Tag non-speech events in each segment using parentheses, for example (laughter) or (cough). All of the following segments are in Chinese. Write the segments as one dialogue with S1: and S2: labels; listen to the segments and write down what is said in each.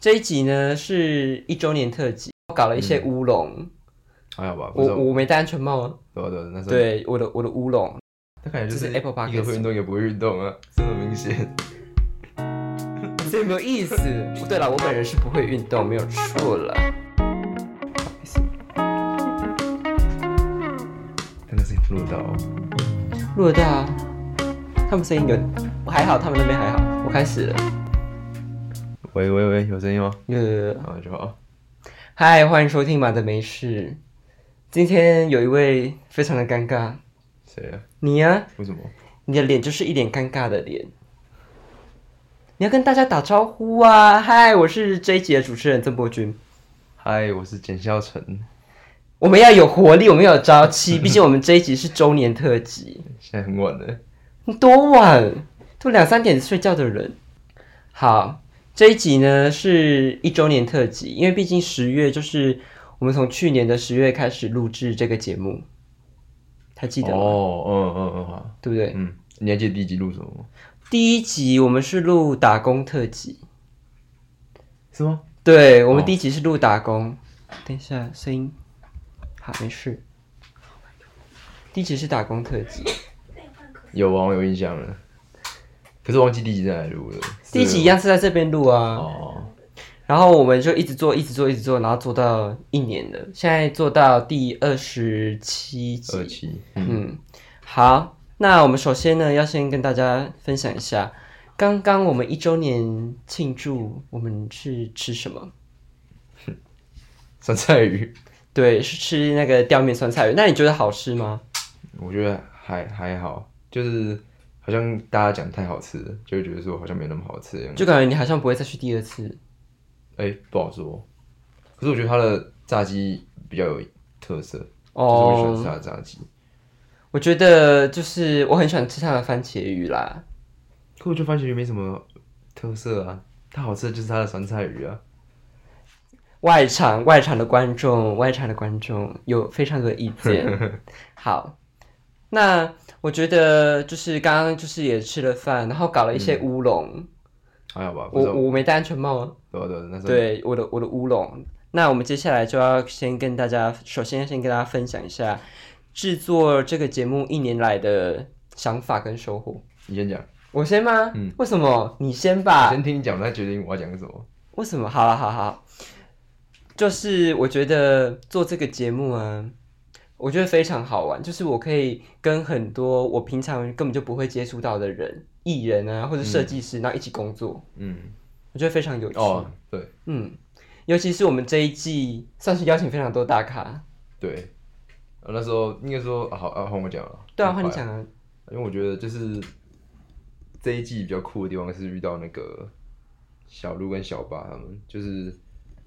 S1: 这一集呢是一周年特辑，我搞了一些乌龙、
S2: 还好吧？不
S1: 嗯我
S2: 是，
S1: 我没戴安全帽，啊
S2: 对对，那时候，
S1: 对我的我的乌龙，
S2: 他感觉就
S1: 这
S2: 是
S1: 是 Apple Podcast
S2: 一个会运动，一个不会运动啊，这么明显。
S1: 这没有意思。对了，我本人是不会运动，没有错了。
S2: 但那是录到哦，
S1: 录得到啊，他们声音有，我还好，他们那边还好。我开始了，
S2: 喂喂喂，有声音吗？
S1: 有有有有
S2: 啊，就好。
S1: 呃嗨，欢迎收听《马的没事》。今天有一位非常的尴尬，
S2: 谁啊？
S1: 你呀、
S2: 为什么？
S1: 你的脸就是一脸尴尬的脸。你要跟大家打招呼啊！嗨，我是这一集的主持人曾博君。
S2: 嗨，我是简孝成，
S1: 我们要有活力，我们要有朝气， (laughs) 毕竟我们这一集是周年特辑。
S2: 现在很晚了。
S1: 你多晚？都两三点睡觉的人。好，这一集呢是一周年特辑，因为毕竟十月就是我们从去年的十月开始录制这个节目，还记得吗？
S2: 哦，嗯嗯嗯，好，
S1: 对不对？
S2: 嗯，你还记得第一集录什么吗？
S1: 第一集我们是录打工特辑，
S2: 是吗？
S1: 对，我们第一集是录打工。等一下，声音好，没事。第一集是打工特辑，
S2: 有啊，我有印象了。可是我忘记第一集在哪里录了。
S1: 第一集一样是在这边录啊。
S2: 哦，
S1: 然后我们就一直做，一直做，一直做，然后做到一年了，现在做到第二十七集。
S2: 二期。
S1: 嗯，好，那我们首先呢，要先跟大家分享一下，刚刚我们一周年庆祝，我们是吃什么？
S2: 酸菜鱼，
S1: 对，是吃那个吊面酸菜鱼。那你觉得好吃吗？
S2: 我觉得还还好，就是好像大家讲太好吃了，就会觉得说好像没那么好吃的样子。
S1: 就感觉你好像不会再去第二次。
S2: 哎、不好说。可是我觉得它的炸鸡比较有特色，就是我喜欢吃
S1: 哦，
S2: 它的炸鸡。
S1: 我觉得就是我很喜欢吃它的番茄鱼啦。
S2: 可我觉得番茄鱼没什么特色啊，它好吃的就是它的酸菜鱼啊。
S1: 外场外场的观众，外场的观众有非常多的意
S2: (laughs)
S1: 见。好，那我觉得就是刚刚就是也吃了饭，然后搞了一些乌龙。
S2: 还哎好哦吧，不
S1: 我
S2: 知道，
S1: 我没戴安全帽，
S2: 对啊对啊，那时候
S1: 对我的我的乌龙。那我们接下来就要先跟大家，首先先跟大家分享一下制作这个节目一年来的想法跟收获。
S2: 你先讲，
S1: 我先吗？嗯、为什么你先吧？
S2: 我先啊听你讲，我再决定我要讲什么。
S1: 为什么？好了，好好，就是我觉得做这个节目啊，我觉得非常好玩，就是我可以跟很多我平常根本就不会接触到的人，艺人啊，或者设计师，然后一起工作，
S2: 嗯，
S1: 我觉得非常有趣。
S2: 哦，对
S1: 嗯，尤其是我们这一季算是邀请非常多大咖。
S2: 对，啊那时候应该说，啊好啊，换我讲了。
S1: 对啊，
S2: 很
S1: 换
S2: 快
S1: 你讲啊。
S2: 因为我觉得就是这一季比较酷的地方是遇到那个小鹿跟小巴他们，就是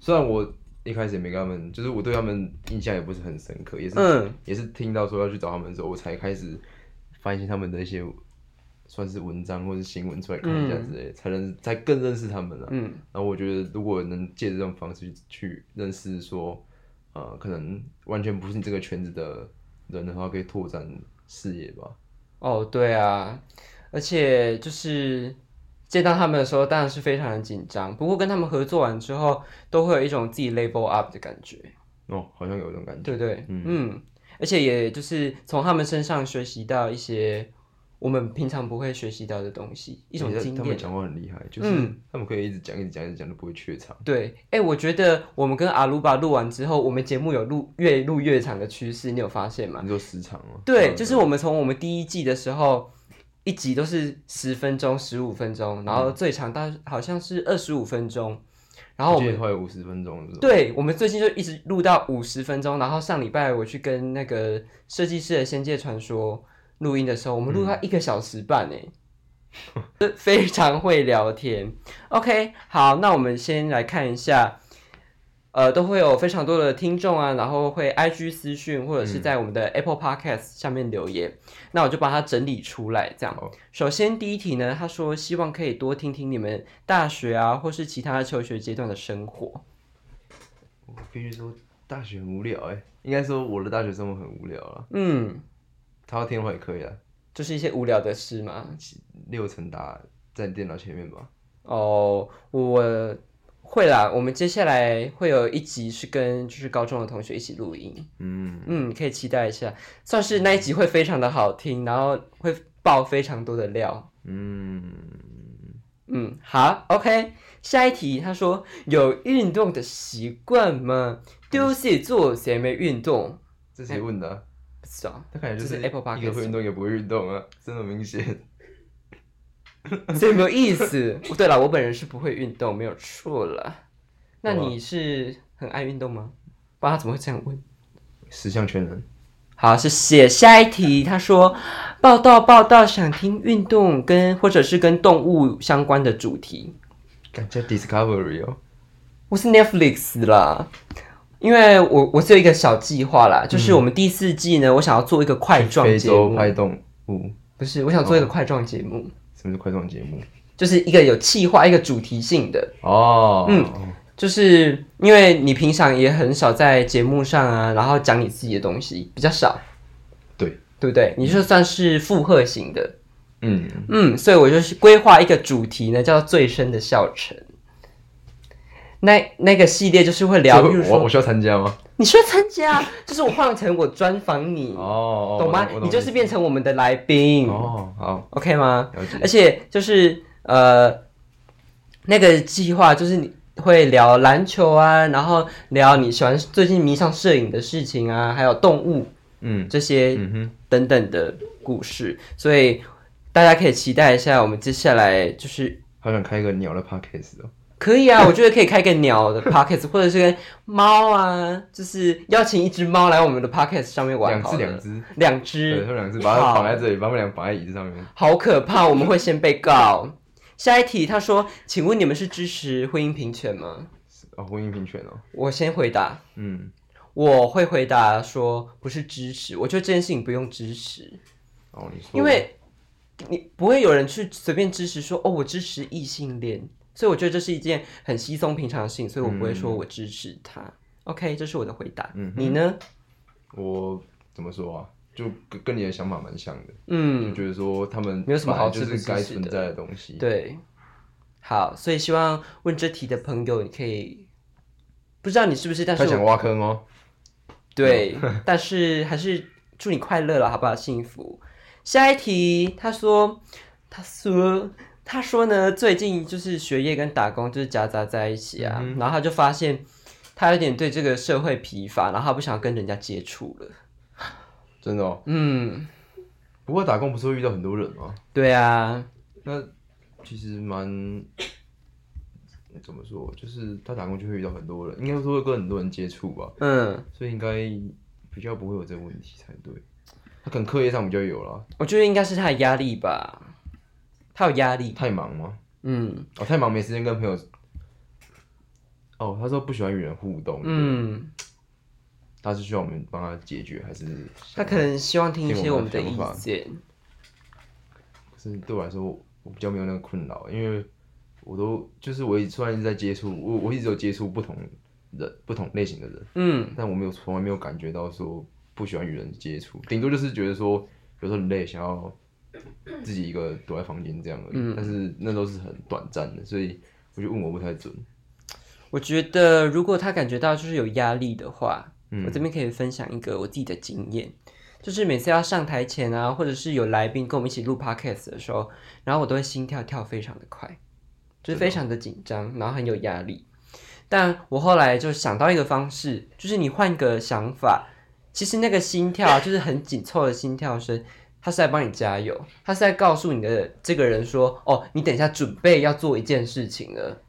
S2: 虽然我一开始也没跟他们，就是我对他们印象也不是很深刻，也是、
S1: 嗯
S2: 也是听到说要去找他们的时候，我才开始翻一些他们的一些算是文章或是新闻出来看一下之类的，才能才更认识他们了、
S1: 嗯，
S2: 然后我觉得，如果能借着这种方式去去认识说，呃，可能完全不是你这个圈子的人的话，可以拓展视野吧。
S1: 哦，对啊，而且就是见到他们的时候，当然是非常的紧张。不过跟他们合作完之后，都会有一种自己 level up 的感觉。
S2: 哦，好像有这种感觉。
S1: 对不对？嗯而且也就是从他们身上学习到一些我们平常不会学习到的东西，一种
S2: 欸
S1: 经
S2: 他们
S1: 验。嗯
S2: 讲话很厉害，就是他们可以一直讲、一直讲、一直讲，都不会怯场。
S1: 对，哎，我觉得我们跟阿鲁巴录完之后，我们节目有录越录越长的趋势，你有发现吗？
S2: 你说时长吗？
S1: 对，就是我们从我们第一季的时候，一集都是十分钟、十五分钟，然后
S2: 嗯
S1: 最长到好像是二十五分钟，然后我们。
S2: 们有五十分钟的时候，
S1: 对，我们最近就一直录到五十分钟，然后上礼拜我去跟那个设计师的《仙界传说》录音的时候，我们录到一个小时半诶，这非常会聊天。OK，好，那我们先来看一下，呃，都会有非常多的听众啊，然后会 IG 私讯或者是在我们的 Apple Podcast 下面留言，那我就把它整理出来，这样。
S2: 好
S1: 首先第一题呢，他说希望可以多听听你们大学啊，或是其他的求学阶段的生活。
S2: 我必须说大学很无聊哎、应该说我的大学生活很无聊了。
S1: 嗯，
S2: 他要听的话也可以啊，
S1: 就是一些无聊的事嘛。
S2: 六成打在电脑前面吧。
S1: 哦，我会啦，我们接下来会有一集是跟就是高中的同学一起录音，
S2: 嗯，
S1: 嗯，可以期待一下，算是那一集会非常的好听，然后会爆非常多的料。
S2: 嗯，
S1: 嗯，好，OK。下一题，他说有运动的习惯吗？丢蟹座谁没运动？
S2: 这谁问的啊、
S1: 不知道，
S2: 他感觉就
S1: 哎这
S2: 是
S1: 是 Apple
S2: 一个
S1: Podcast
S2: 会运动，一个不会运动啊，真的明显。
S1: 这有没有意思？ (laughs) 哦对了，我本人是不会运动，没有错了。那
S2: 哇
S1: 你是很爱运动吗？不然他怎么会这样问？
S2: 十项全能，
S1: 好，谢谢。下一题，他说报道报道，想听运动跟或者是跟动物相关的主题。
S2: 感觉 Discovery 哦，
S1: 我是 Netflix 啦，因为我我是有一个小计划啦，就是我们第四季呢，我想要做一个块状
S2: 嗯非
S1: 节
S2: 洲
S1: 目，
S2: 拍动物，
S1: 不是，我想做一个块状节目，
S2: 什么是快动节目？
S1: 就是一个有气划、一个主题性的。
S2: 哦，
S1: 嗯，就是因为你平常也很少在节目上啊，然后讲你自己的东西比较少，
S2: 对，
S1: 对不对？你就算是附和型的，
S2: 嗯，
S1: 嗯，所以我就是规划一个主题呢，叫“最深的笑城”。那那个系列就是会聊，
S2: 这
S1: 比如
S2: 我我
S1: 说
S2: 需要参加吗？
S1: 你说参加，就是我换成我专访你，
S2: 哦，
S1: 懂吗
S2: 我？
S1: 你就
S2: 意
S1: 是
S2: 思
S1: 变成我们的来宾、
S2: 哦，好，
S1: o k 吗？
S2: 了解
S1: 而，且就是呃，那个计划就是你会聊篮球啊，然后聊你喜欢最近迷上摄影的事情啊，还有动物
S2: 嗯
S1: 这些
S2: 嗯哼，
S1: 等等的故事，所以大家可以期待一下我们接下来就是。
S2: 好想开一个鸟的 podcast 哦，
S1: 可以啊，我觉得可以开个鸟的 podcast，或者是跟猫啊，就是邀请一只猫来我们的 podcast 上面玩
S2: 两
S1: 好
S2: 只
S1: 了。
S2: 两只，
S1: 两
S2: 对，
S1: 只，
S2: 他们两只把它
S1: 好
S2: 绑在这里，把他们俩绑在椅子上面。
S1: 好可怕，我们会先被告。下一题，他说：“请问你们是支持婚姻平权吗
S2: 哦，婚姻平权哦，？”
S1: 我先回答，
S2: 嗯，
S1: 我会回答说不是支持，我觉得这件事情不用支持，
S2: 哦，你说，
S1: 因为你不会有人去随便支持说哦，我支持异性恋，所以我觉得这是一件很稀松平常的事情，所以我不会
S2: 嗯
S1: 说我支持他。OK，这是我的回答。
S2: 嗯哼
S1: 你呢？
S2: 我怎么说啊，就跟跟你的想法蛮像的，就
S1: 嗯，
S2: 觉得说他们
S1: 没有什么好
S2: 本来就
S1: 支
S2: 是
S1: 不支
S2: 该
S1: 持
S2: 存
S1: 的
S2: 在的东西。
S1: 对，好，所以希望问这题的朋友，你可以不知道你是不是，但是
S2: 他想
S1: 我
S2: 挖坑哦，
S1: 对，但是还是祝你快乐了，好不好？幸福。下一题，他说，他说，他说呢，最近就是学业跟打工就是夹杂在一起啊，
S2: 嗯
S1: 然后他就发现他有点对这个社会疲乏，然后他不想跟人家接触了。
S2: 真的哦。
S1: 嗯，
S2: 不过打工不是会遇到很多人吗？
S1: 对啊，
S2: 那其实蛮怎么说，就是他打工就会遇到很多人，应该说会跟很多人接触吧，
S1: 嗯，
S2: 所以应该比较不会有这个问题才对。他可能课业上比较有啦，
S1: 我觉得应该是他的压力吧，他有压力。
S2: 太忙吗？
S1: 嗯
S2: 哦，太忙没时间跟朋友。哦，他说不喜欢与人互动，
S1: 嗯，
S2: 他是需要我们帮他解决，还是
S1: 他可能希望听一
S2: 听
S1: 些
S2: 我
S1: 我
S2: 们
S1: 们
S2: 的
S1: 的意
S2: 想法
S1: 见。
S2: 可是对我来说，我比较没有那个困扰，因为我都就是我也虽然一直在接触，我我一直有接触不同人、不同类型的人，
S1: 嗯
S2: 但我没有从来没有感觉到说不喜欢与人接触，顶多就是觉得说有时候很累，想要自己一个躲在房间这样而已。
S1: 嗯
S2: 但是那都是很短暂的，所以我就问我不太准。
S1: 我觉得如果他感觉到就是有压力的话，
S2: 嗯
S1: 我这边可以分享一个我自己的经验，就是每次要上台前啊，或者是有来宾跟我们一起录 podcast 的时候，然后我都会心跳跳非常的快，就是非常的哦紧张，然后很有压力。但我后来就想到一个方式，就是你换个想法，其实那个心跳啊就是很紧凑的心跳声，它是在帮你加油，它是在告诉你的这个人说，哦，你等一下准备要做一件事情了。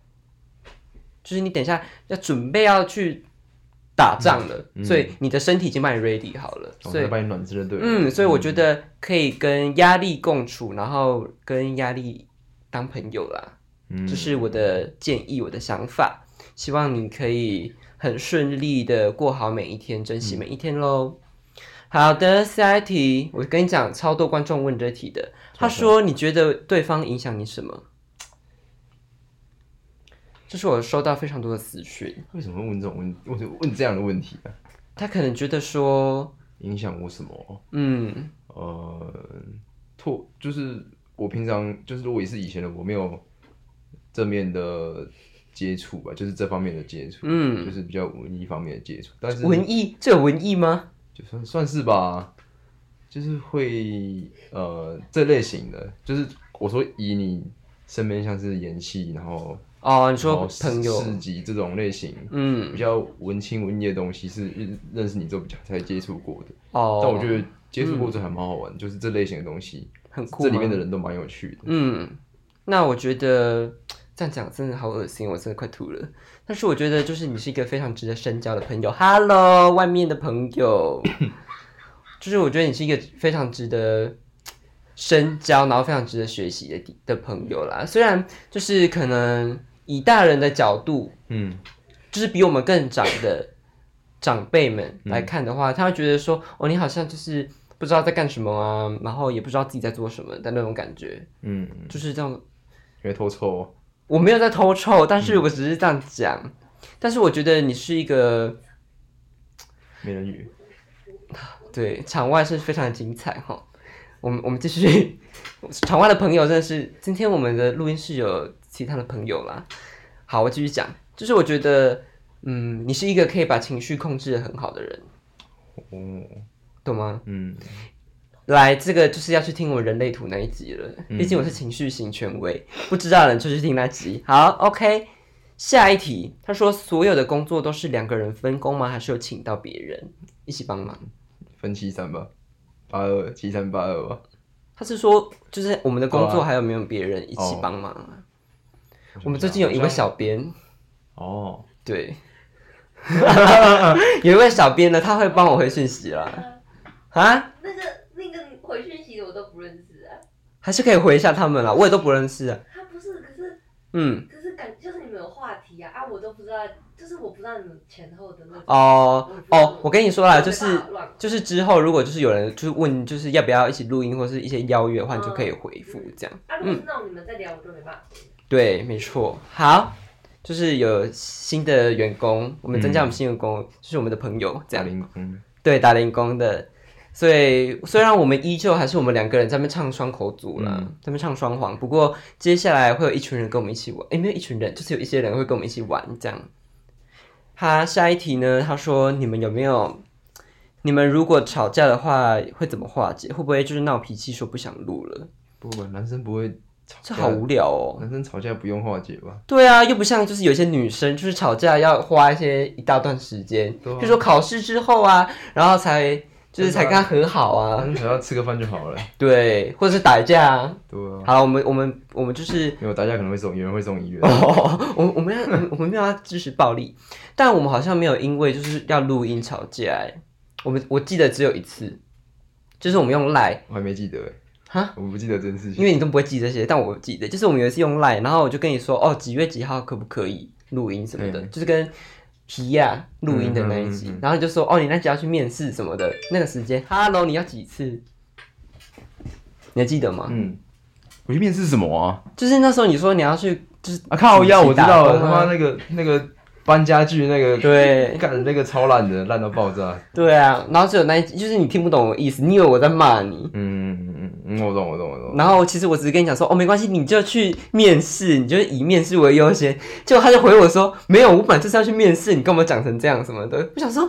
S1: 就是你等一下要准备要去打仗了，
S2: 嗯嗯哦
S1: 所以你的身体已经帮你 ready 好了，
S2: 我
S1: 所以
S2: 在帮你暖身的队伍。
S1: 嗯，所以我觉得可以跟压力共处，然后跟压力当朋友啦，
S2: 嗯
S1: 这是我的建议，我的想法，希望你可以很顺利的过好每一天，珍
S2: 嗯
S1: 惜每一天喽。好的，下一题，我跟你讲，超多观众问这题的，他说你觉得对方影响你什么？这是我收到非常多的私讯，
S2: 为什么会问这种问问问这样的问题啊？
S1: 他可能觉得说，
S2: 影响我什么？
S1: 嗯
S2: 呃，拓就是我平常就是如果也是以前的我没有正面的接触吧，就是这方面的接触，就
S1: 嗯，
S2: 是比较文艺方面的接触，但是
S1: 文艺，这有文艺吗？
S2: 就算算是吧，就是会呃这类型的，就是我说以你身边像是演戏，然后
S1: 哦，你
S2: 你
S1: 说朋友，
S2: 市集这种类型。比
S1: 嗯，
S2: 较文青文艺的东西是呃认识你之后比较才接触过的，
S1: 哦，
S2: 但我觉得接触过之后还蛮好玩，就是这类型的东西，
S1: 很酷
S2: 这
S1: 吗，
S2: 里面的人都蛮有趣的。
S1: 嗯，那我觉得这样讲真的好恶心，我真的快吐了。但是我觉得就是你是一个非常值得深交的朋友，Hello，外面的朋友， (laughs) 就是我觉得你是一个非常值得深交，然后非常值得学习的地的朋友啦。虽然就是可能以大人的角度，
S2: 嗯，
S1: 就是比我们更长的长辈们来看的话，他会觉得说，哦，你好像就是不知道在干什么啊，然后也不知道自己在做什么的那种感觉，
S2: 嗯，
S1: 就是这种
S2: 因为偷臭哦，
S1: 我没有在偷臭，但是我只是这样讲。但是我觉得你是一个
S2: 美人鱼。
S1: 对场外是非常精彩哈。我们我们继续， (laughs) 场外的朋友真的是，今天我们的录音室有其他的朋友啦。好，我继续讲，就是我觉得，嗯，你是一个可以把情绪控制的很好的人，
S2: 哦，
S1: 懂吗？
S2: 嗯，
S1: 来，这个就是要去听我人类图那一集了，毕竟我是情绪型权威，不知道的人就去听那集。好，OK，下一题，他说所有的工作都是两个人分工吗？还是有请到别人一起帮忙？
S2: 分七三吧，八二七三八二吧。
S1: 他是说，就是我们的工
S2: 对
S1: 作还有没有别人一起帮忙啊？我们最近有一
S2: 好
S1: 位
S2: 像
S1: 小编，
S2: 哦，
S1: 对，有一位小编呢，他会帮我回讯息啦。啊，
S3: 那个那个回讯息的我都不认识啊，
S1: 还是可以回一下他们啦，我也都不认识啊。
S3: 他不是，可是
S1: 嗯，
S3: 可是感就是你们有话题啊啊，我都不知道，就是我不知道你们前后的那种。
S1: 哦哦，我跟你说啦，就是
S3: 我没办法乱
S1: 就是之后如果就是有人就是问就是要不要一起录音或是一些邀约的话，你
S3: 嗯
S1: 就可以回复这样。
S3: 啊，如果是那种你们在聊，我就没办法。
S1: 对，没错。好，就是有新的员工，我们增加
S2: 嗯
S1: 我们新员工，就是我们的朋友这
S2: 打
S1: 样。
S2: 零工，
S1: 对，打零工的。所以虽然我们依旧还是我们两个人在那边唱双口组啦，
S2: 嗯
S1: 在那边唱双簧，不过接下来会有一群人跟我们一起玩，诶，没有一群人，就是有一些人会跟我们一起玩这样。他下一题呢？他说你们有没有？你们如果吵架的话会怎么化解？会不会就是闹脾气说不想录了？
S2: 不过男生不会吵
S1: 这
S2: 架，
S1: 好无聊哦。
S2: 男生吵架不用化解吧？
S1: 对啊，又不像就是有些女生，就是吵架要花一些一大段时间，
S2: 对啊
S1: 比如说考试之后啊，然后才就是才跟他和好啊
S2: (laughs) 男，生吵架吃个饭就好了。
S1: 对，或者是打架啊。
S2: 对啊，
S1: 好，我们我们我们就是，。
S2: 因为打架可能会送，有人会送医院
S1: 哦，我们我们要我们没有要支持暴力，但我们好像没有因为就是要录音吵架、欸。我们我记得只有一次，就是我们用赖，
S2: 我还没记得欸
S1: 哈，
S2: 我不记得这件事
S1: 因
S2: 情。
S1: 为你都不会记这些，但我记得，就是我们有一次用赖，然后我就跟你说，哦，几月几号可不可以录音什么的，
S2: 嗯
S1: 就是跟皮亚录音的那一集，
S2: 嗯嗯嗯嗯
S1: 然后你就说，哦，你那集要去面试什么的，那个时间，Hello，你要几次？你还记得吗？
S2: 嗯，我去面试什么啊？
S1: 就是那时候你说你要去，就是
S2: 啊靠腰，我知道
S1: 打
S2: 了，他
S1: 工
S2: 妈
S1: 啊
S2: 那个那个搬家具那 (laughs) 个，
S1: 对
S2: 干那个超烂的，烂到爆炸。
S1: 对啊，然后只有那一集，就是你听不懂我意思，你以为我在骂你。
S2: 嗯嗯嗯嗯，我懂我懂我懂。
S1: 然后其实我只是跟你讲说，哦，没关系，你就去面试，你就以面试为优先。结果他就回我说，没有，我本来就是要去面试，你干嘛讲成这样什么的？我想说，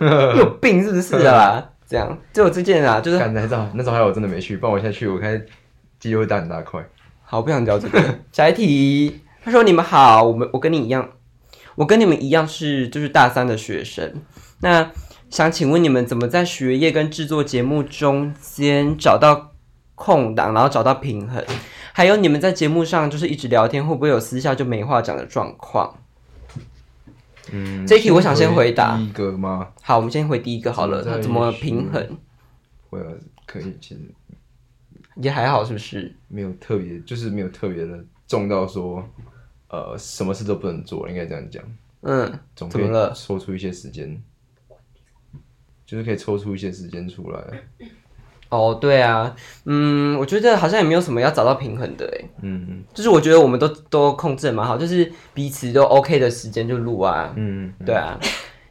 S1: 嗯，你有病是不是啦？这样，就我这件啊，就是
S2: 干那时候那时候还好我真的没去，不然我现在去我看肌肉会大很大块。
S1: 好，不想聊这个。
S2: (laughs)
S1: 下一题，他说：“你们好，我们我跟你一样，我跟你们一样是就是大三的学生。那想请问你们怎么在学业跟制作节目中间找到空档，然后找到平衡？还有你们在节目上就是一直聊天，会不会有私下就没话讲的状况？
S2: 嗯，
S1: 这一题我想先回答
S2: 第一个吗？
S1: 好，我们先回第一个好了，
S2: 怎
S1: 他
S2: 么在
S1: 怎么平衡？
S2: 我有可以，其实
S1: 也还好，是不是？
S2: 没有特别，就是没有特别的重到说，呃，什么事都不能做，应该这样讲。
S1: 嗯，
S2: 总
S1: 怎
S2: 可以
S1: 么了？
S2: 抽出一些时间，就是可以抽出一些时间出来。
S1: 哦，对啊，嗯，我觉得好像也没有什么要找到平衡的、欸，
S2: 嗯
S1: 就是我觉得我们都都控制的蛮好，就是彼此都 OK 的时间就录啊，
S2: 嗯，嗯
S1: 对啊。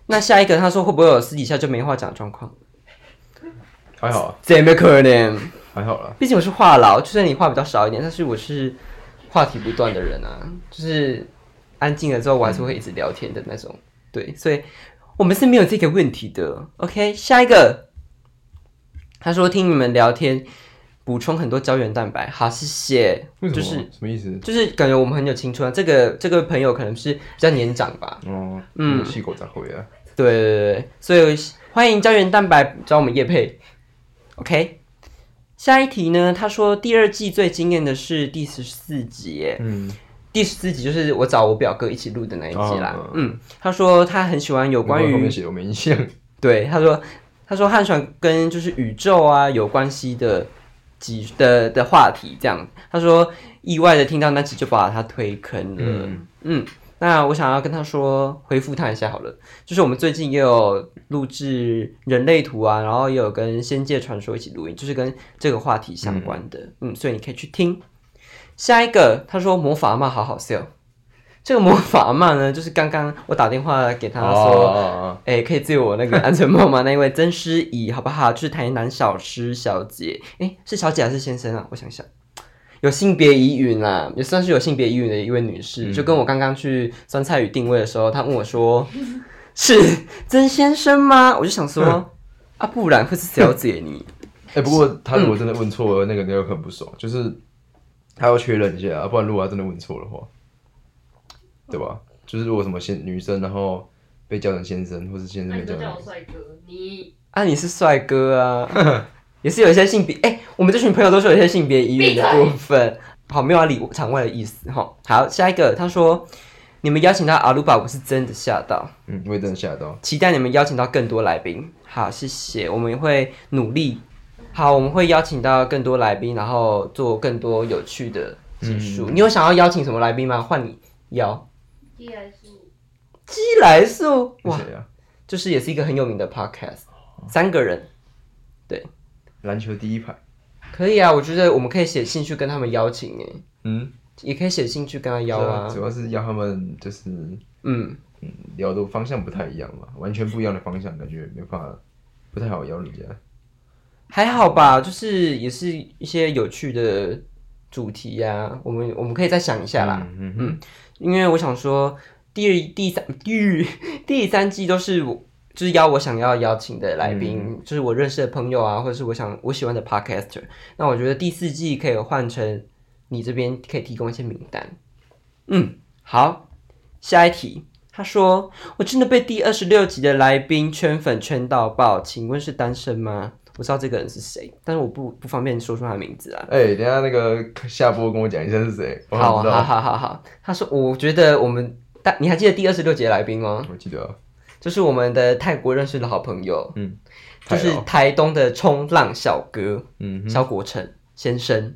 S1: 那下一个他说会不会有私底下就没话讲的状况？
S2: 还好啊，
S1: 怎么可能？
S2: 还好啦。
S1: 毕竟我是话痨，就算你话比较少一点，但是我是话题不断的人啊，就是安静了之后，我还是会一直聊天的那种。对，所以我们是没有这个问题的。OK，下一个，他说听你们聊天补充很多胶原蛋白，好，谢谢。
S2: 为什么？
S1: 就是
S2: 什么意思？
S1: 就是感觉我们很有青春啊。这个这个朋友可能是比较年长吧，
S2: 哦，
S1: 嗯
S2: 细狗杂烩啊，
S1: 对对对对，所以欢迎胶原蛋白找我们叶配。OK，下一题呢？他说第二季最惊艳的是第十四集耶，
S2: 嗯，
S1: 第十四集就是我找我表哥一起录的那一集啦。
S2: 哦
S1: 嗯，他说他很喜欢有关
S2: 后面
S1: 于
S2: 写我没印象，
S1: 对，他说他说汉船跟就是宇宙啊有关系的集的的话题这样。他说意外的听到那集就把他推坑了。
S2: 嗯
S1: 嗯，那我想要跟他说，回复他一下好了。就是我们最近也有录制人类图啊，然后也有跟《仙界传说》一起录音，就是跟这个话题相关的。嗯所以你可以去听。下一个，他说魔法阿嬷好好笑。这个魔法阿嬷呢，就是刚刚我打电话给他说，
S2: 哦，
S1: 哎、可以借我那个安全帽吗？那一位曾诗怡，好不好？就是台南小诗小姐，哎、是小姐还是先生啊？我想想，有性别疑云啦，也算是有性别疑云的一位女士。
S2: 嗯
S1: 就跟我刚刚去酸菜鱼定位的时候，她问我说：“ (laughs) 是曾先生吗？”我就想说，啊，不然会是小姐你。
S2: 哎，不过他如果
S1: 嗯
S2: 真的问错了，那个你有很不爽，就是他要确认一下啊，不然如果他真的问错的话，对吧？就是如果什么先女生，然后被叫成先生，或是先
S3: 那
S2: 生
S1: 嗯
S2: 被叫
S3: 你就
S2: 成
S3: 叫我帅哥，你
S1: 啊，你是帅哥啊， (laughs) 也是有一些性别，哎、我们这群朋友都是有一些性别疑虑的
S3: 闭嘴
S1: 部分。好，没有要理我场外的意思哈。好，下一个，他说你们邀请到阿鲁巴，我是真的吓到，
S2: 嗯，我也真的吓到，
S1: 期待你们邀请到更多来宾。好，谢谢，我们会努力。好，我们会邀请到更多来宾，然后做更多有趣的结束。你有想要邀请什么来宾吗？换你邀
S3: 依然是你
S1: 基来素，哇，
S2: 是谁啊？
S1: 就是也是一个很有名的 podcast，三个人。
S2: 篮球第一排，
S1: 可以啊，我觉得我们可以写信去跟他们邀请诶，
S2: 嗯，
S1: 也可以写信去跟他邀
S2: 是
S1: 啊
S2: 主。要是要他们就是
S1: 嗯，
S2: 聊的方向不太一样嘛，完全不一样的方向，感觉没办法，不太好邀人家。
S1: 还好吧，就是也是一些有趣的主题呀、我们我们可以再想一下啦。
S2: 嗯
S1: 嗯因为我想说，第二、 (laughs) 第三、第第三季都是我就是邀我想要邀请的来宾，就是我认识的朋友啊，或者是我想我喜欢的 podcaster。那我觉得第四季可以换成你这边可以提供一些名单。嗯，好，下一题。他说：“我真的被第二十六集的来宾圈粉圈到爆，请问是单身吗？我知道这个人是谁，但是我不不方便说出他的名字啊。”
S2: 哎、等一下那个下播跟我讲一下是谁，我
S1: 好，啊
S2: 想知
S1: 好，
S2: 道。
S1: 好，好，好。他说，我觉得我们大，你还记得第二十六节来宾吗？
S2: 我记得啊，
S1: 就是我们的泰国认识的好朋友，
S2: 嗯，
S1: 就
S2: 泰
S1: 是
S2: 哦
S1: 台东的冲浪小哥
S2: 嗯哼，
S1: 萧国成先生。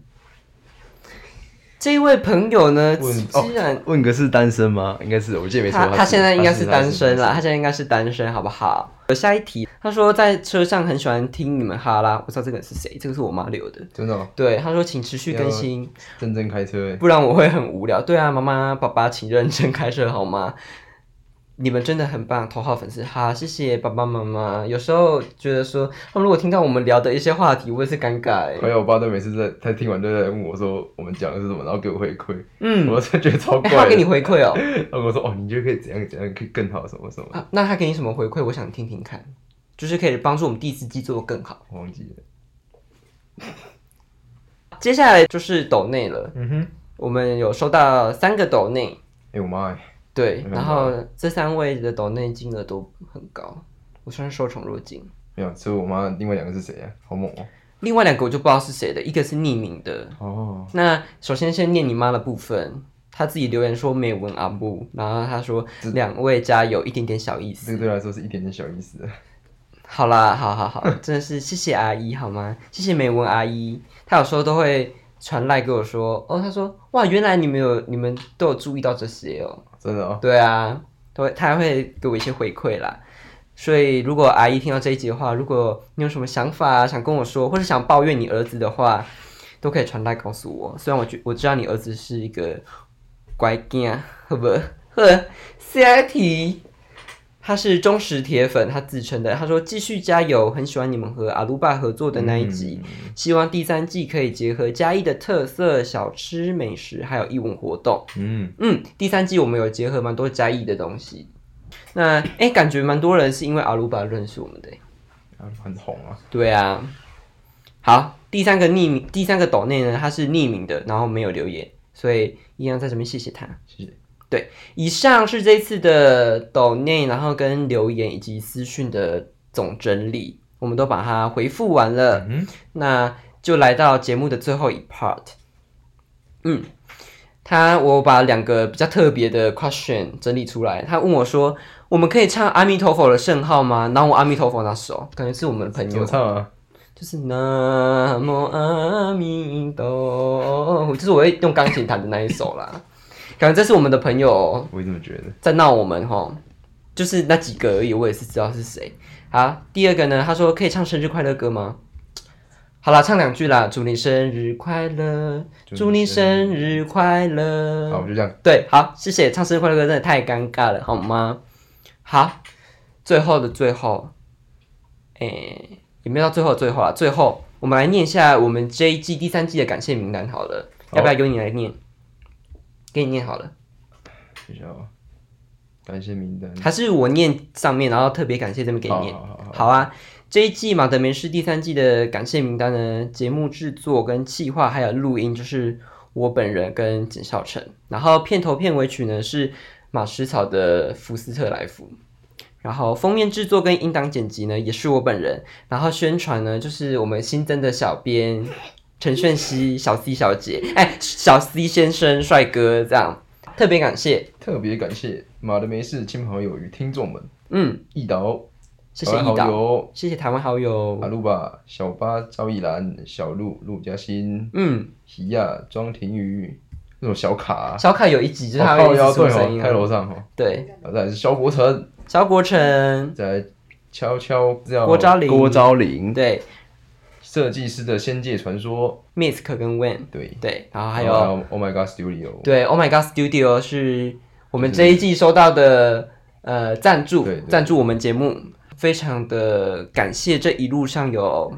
S1: 这一位朋友呢，
S2: 问哦
S1: 居然
S2: 问个是单身吗？应该是，我记得没错。
S1: 他他
S2: 是
S1: 现在应该是单身啦，
S2: 他
S1: 他
S2: 是
S1: 现在应该是单身，好不好？有下一题，他说在车上很喜欢听你们哈拉，我知道这个人是谁，这个是我妈留的。
S2: 真的哦
S1: 对，他说请持续更新，
S2: 认真开车哎，
S1: 不然我会很无聊。对啊，妈妈、爸爸，请认真开车好吗？你们真的很棒，头号粉丝，好，谢谢爸爸妈妈。有时候觉得说，他们如果听到我们聊的一些话题，我也是尴尬欸。
S2: 还哎有我爸都每次在他听完都在问我说我们讲的是什么，然后给我回馈，
S1: 嗯，
S2: 我就觉得超
S1: 哎、
S2: 怪的。
S1: 他给你回馈哦、
S2: 然后我说哦，你觉得可以怎样怎样，可以更好什么什么，
S1: 啊，那他给你什么回馈？我想听听看，就是可以帮助我们第四季做得更好。
S2: 我忘记了。
S1: 接下来就是抖内了，
S2: 嗯哼，
S1: 我们有收到三个抖内，
S2: 哎、我妈哎，
S1: 对，
S2: 嗯
S1: 然后这三位的抖内金额都很高，我算是受宠若惊。
S2: 没有，所以我妈另外两个是谁啊？好猛哦、
S1: 另外两个我就不知道是谁的，一个是匿名的，
S2: 哦，
S1: 那首先先念你妈的部分，她自己留言说美文阿木，然后她说两位加油，一点点小意
S2: 这
S1: 思。
S2: 个对她来说是一点点小意思。
S1: 好啦，好好 (laughs) 好，真的是谢谢阿姨好吗？谢谢美文阿姨，她有时候都会传来给我说，哦，她说哇，原来你们有你们都有注意到这些哦。
S2: 真的哦，
S1: 对啊，都会他还会给我一些回馈啦。所以如果阿姨听到这一集的话，如果你有什么想法、啊、想跟我说，或者想抱怨你儿子的话，都可以传来告诉我。虽然我觉我知道你儿子是一个乖囡，好不好？呵，下一题，他是忠实铁粉，他自称的，他说继续加油，很喜欢你们和阿鲁巴合作的那一集，希望第三季可以结合嘉义的特色小吃、美食，还有义文活动。
S2: 嗯，
S1: 嗯，第三季我们有结合蛮多嘉义的东西。那哎、诶感觉蛮多人是因为阿鲁巴认识我们的、诶欸
S2: 啊很红啊，
S1: 对啊，好，第三个匿名，第三个抖内呢，他是匿名的，然后没有留言，所以一样在这边谢谢他。
S2: 谢谢。
S1: 对，以上是这次的抖内，然后跟留言以及私讯的总整理，我们都把它回复完了。
S2: 嗯，
S1: 那就来到节目的最后一 part。嗯，他我把两个比较特别的 question 整理出来。他问我说：“我们可以唱阿弥陀佛的圣号吗？”然后我阿弥陀佛那首，感觉是我们的朋
S2: 怎
S1: 友
S2: 么。唱啊？
S1: 就是南无阿弥陀，佛，就是我会用钢琴弹的那一首啦。感觉这是我们的朋友
S2: 我也这么觉得。
S1: 在闹我们吼，就是那几个而已，我也是知道是谁。好，第二个呢，他说可以唱生日快乐歌吗？好啦，唱两句啦，祝你生日快乐，祝你生日快乐。
S2: 好，我就这样。
S1: 对，好，谢谢。唱生日快乐歌真的太尴尬了，好吗？好，最后的最后，诶、也没有到最后的最后啊，最后我们来念一下我们这一季第三季的感谢名单好了，
S2: 好
S1: 要不要由你来念？给你念好了，
S2: 等一下哦，感谢名单。
S1: 还是我念上面，然后特别感谢这边给你念？
S2: 好好好
S1: 好
S2: 好
S1: 啊，这一季《马德梅是第三季的感谢名单呢，节目制作跟企划还有录音就是我本人跟简孝成，然后片头片尾曲呢是马诗草的福斯特莱福。然后封面制作跟音档剪辑呢，也是我本人。然后宣传呢，就是我们新增的小编陈炫熙、小 C 小姐，哎，小 C 先生、帅哥这样，特别感谢，
S2: 特别感谢马的没事亲朋好友与听众们，
S1: 嗯，
S2: 易导，
S1: 谢谢易
S2: 好
S1: 导，
S2: 友，
S1: 谢谢台湾好友
S2: 阿，路吧，小巴赵一兰，小鹿陆嘉欣，
S1: 嗯，
S2: 喜亚庄廷宇，那种小卡啊，
S1: 小凯有一集就是他
S2: 哦
S1: 会
S2: 靠
S1: 一
S2: 腰
S1: 直出
S2: 对
S1: 声音
S2: 哦，
S1: 啊、
S2: 开楼上哦，
S1: 对，
S2: 然后再来是萧国成，
S1: 萧国成，
S2: 再来悄悄这样，
S1: 郭昭玲
S2: 郭昭玲，
S1: 对
S2: 设计师的《仙界传说
S1: ，Misk 跟 Wen，》，
S2: 对，
S1: 对，然后还
S2: 然
S1: 有
S2: 后 Oh My God Studio，
S1: 对 Oh My God Studio 是我们
S2: 就
S1: 这
S2: 是
S1: 一季收到的呃赞助
S2: 对，对
S1: 赞助我们节目，非常的感谢这一路上有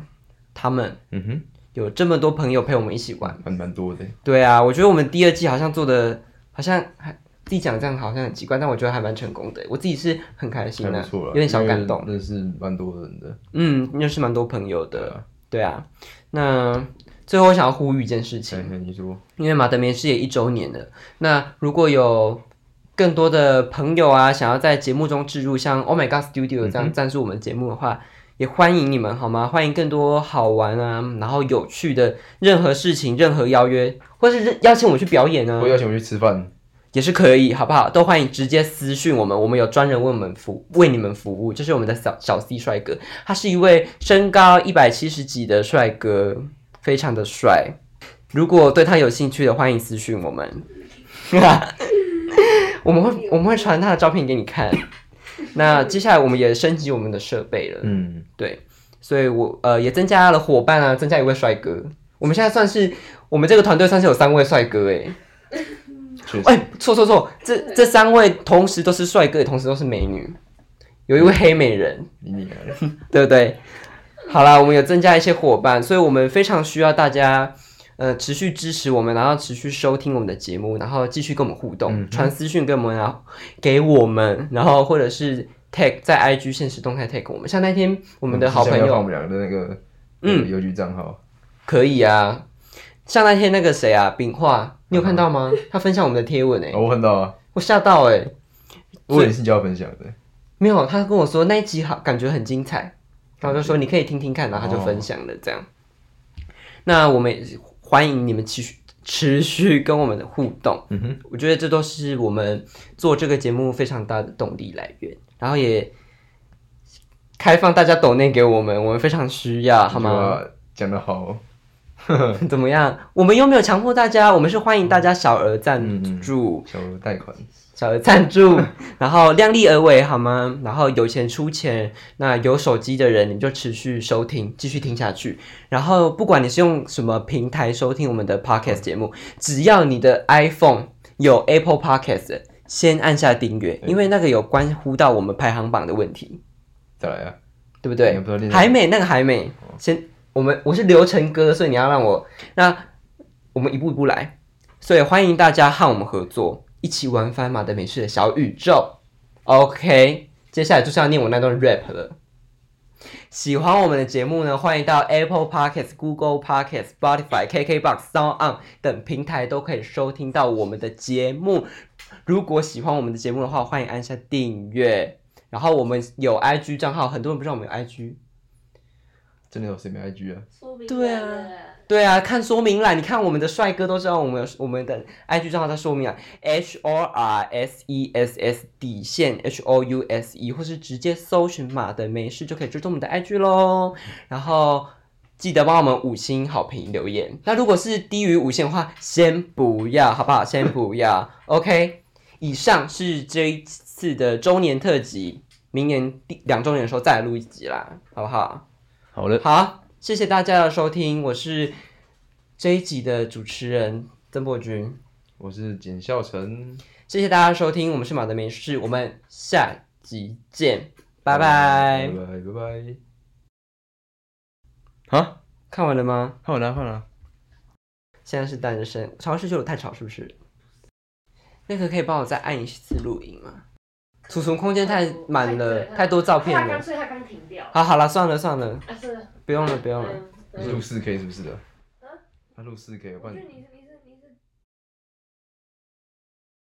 S1: 他们
S2: 嗯哼，
S1: 有这么多朋友陪我们一起玩。
S2: 还蛮多的，
S1: 对啊，我觉得我们第二季好像做的好像还自己讲这样好像很奇怪，但我觉得还蛮成功的，我自己是很开心
S2: 还
S1: 的、
S2: 不错了，
S1: 有点小感动。
S2: 因为认识蛮多人的，
S1: 嗯，认识蛮多朋友
S2: 对
S1: 的。
S2: 啊，
S1: 对啊，那最后我想要呼吁一件事情
S2: 看，看你说，
S1: 因为马德棉事也一周年了。那如果有更多的朋友啊，想要在节目中置入像 Oh My God Studio 这样赞助我们节目的话，也欢迎你们好吗？欢迎更多好玩啊，然后有趣的任何事情、任何邀约，或是任邀请我去表演啊呢、
S2: 我邀请我去吃饭，
S1: 也是可以，好不好？都欢迎直接私讯我们，我们有专人为我们服为你们服务。这是我们的小小 C 帅哥，他是一位身高一百七十几的帅哥，非常的帅。如果对他有兴趣的，欢迎私讯我们， (laughs) 我们会我们会传他的照片给你看。那接下来我们也升级我们的设备了，
S2: 嗯，
S1: 所以我呃也增加了伙伴啊，增加一位帅哥。我们现在算是我们这个团队算是有三位帅哥欸诶、
S2: 确实，
S1: 哎、错错错，这这三位同时都是帅哥，也同时都是美女，有一位黑美人，
S2: 你你来了，
S1: 对不对？好啦，我们有增加一些伙伴，所以我们非常需要大家，呃，持续支持我们，然后持续收听我们的节目，然后继续跟我们互动，
S2: 嗯哼
S1: 传私讯给我们，然后给我们，然后或者是 tag 在 IG 现实动态 tag 我们，像那天我
S2: 我
S1: 们的好朋
S2: 我
S1: 友
S2: 们两个的那个，
S1: 嗯
S2: 嗯，邮局账号，
S1: 可以啊，像那天那个谁啊，饼画，你有看到
S2: 嗯
S1: 吗？他分享我们的贴文诶、
S2: 哦我看到啊，
S1: 我吓到欸诶、
S2: 我也是叫他分享的，
S1: 没有，他跟我说那一集好，感觉很精彩，然后就说你可以听听看，然后他就分享了这样。那我们也是欢迎你们持续持续跟我们的互动，
S2: 嗯哼，
S1: 我觉得这都是我们做这个节目非常大的动力来源，然后也开放大家抖内给我们，我们非常需要，好吗？？
S2: 讲得好，啊
S1: 怎么样？我们又没有强迫大家，我们是欢迎大家小额赞
S2: 嗯
S1: 助。
S2: 小额贷款，
S1: 小额赞助， (laughs) 然后量力而为好吗？然后有钱出钱，那有手机的人你就持续收听，继续听下去。然后不管你是用什么平台收听我们的 podcast 节目，只要你的 iPhone 有 Apple Podcast，先按下订阅，因为那个有关乎到我们排行榜的问题，
S2: 再来啊，
S1: 对不
S2: 你
S1: 对
S2: 不知道练？
S1: 还没那个还没，先我们我是流程哥，所以你要让我那我们一步一步来，所以欢迎大家和我们合作，一起玩翻马的美式的小宇宙。OK，接下来就是要念我那段 rap 了。喜欢我们的节目呢，欢迎到 Apple Podcasts、Google Podcasts、Spotify、KKBox、Sound On 等平台都可以收听到我们的节目。如果喜欢我们的节目的话，欢迎按下订阅。然后我们有 IG 账号，很多人不知道我们有 IG。
S2: 真的有谁没 IG 啊？
S3: 说明
S1: 对啊对啊，看说明栏，你看我们的帅哥都知道我们有我们的 IG 账号在说明栏，H O R S E S S 底线 H O U S E，或是直接搜寻马的没事就可以追踪我们的 IG 喽。然后记得帮我们五星好评留言。那如果是低于五星的话，先不要，好不好？先不要。OK，以上是这一次的周年特辑，明年第两周年的时候再来录一集啦，好不好？
S2: 好了，
S1: 好，呃谢谢大家的收听，我是这一集的主持人曾博君，
S2: 我是简孝成，
S1: 谢谢大家的收听，我们是马德梅事，我们下集见，拜
S2: 拜
S1: 拜。
S2: 拜拜拜。啊，
S1: 看完了吗？
S2: 换我了，换我了。
S1: 现在是单身，潮湿就有太吵，是不是？那个可以帮我再按一次录影吗？储存空间太满了，太多照片
S3: 他刚， (laughs)
S1: 了。
S3: 所以他刚停掉。
S1: 好，好了，算了算了，
S3: 啊，是。
S1: 不用了不用了。
S3: 嗯
S2: 你是录四 K 是不是的
S3: 啊？
S2: 他录四 K，
S3: 我
S2: 换
S3: 觉得你你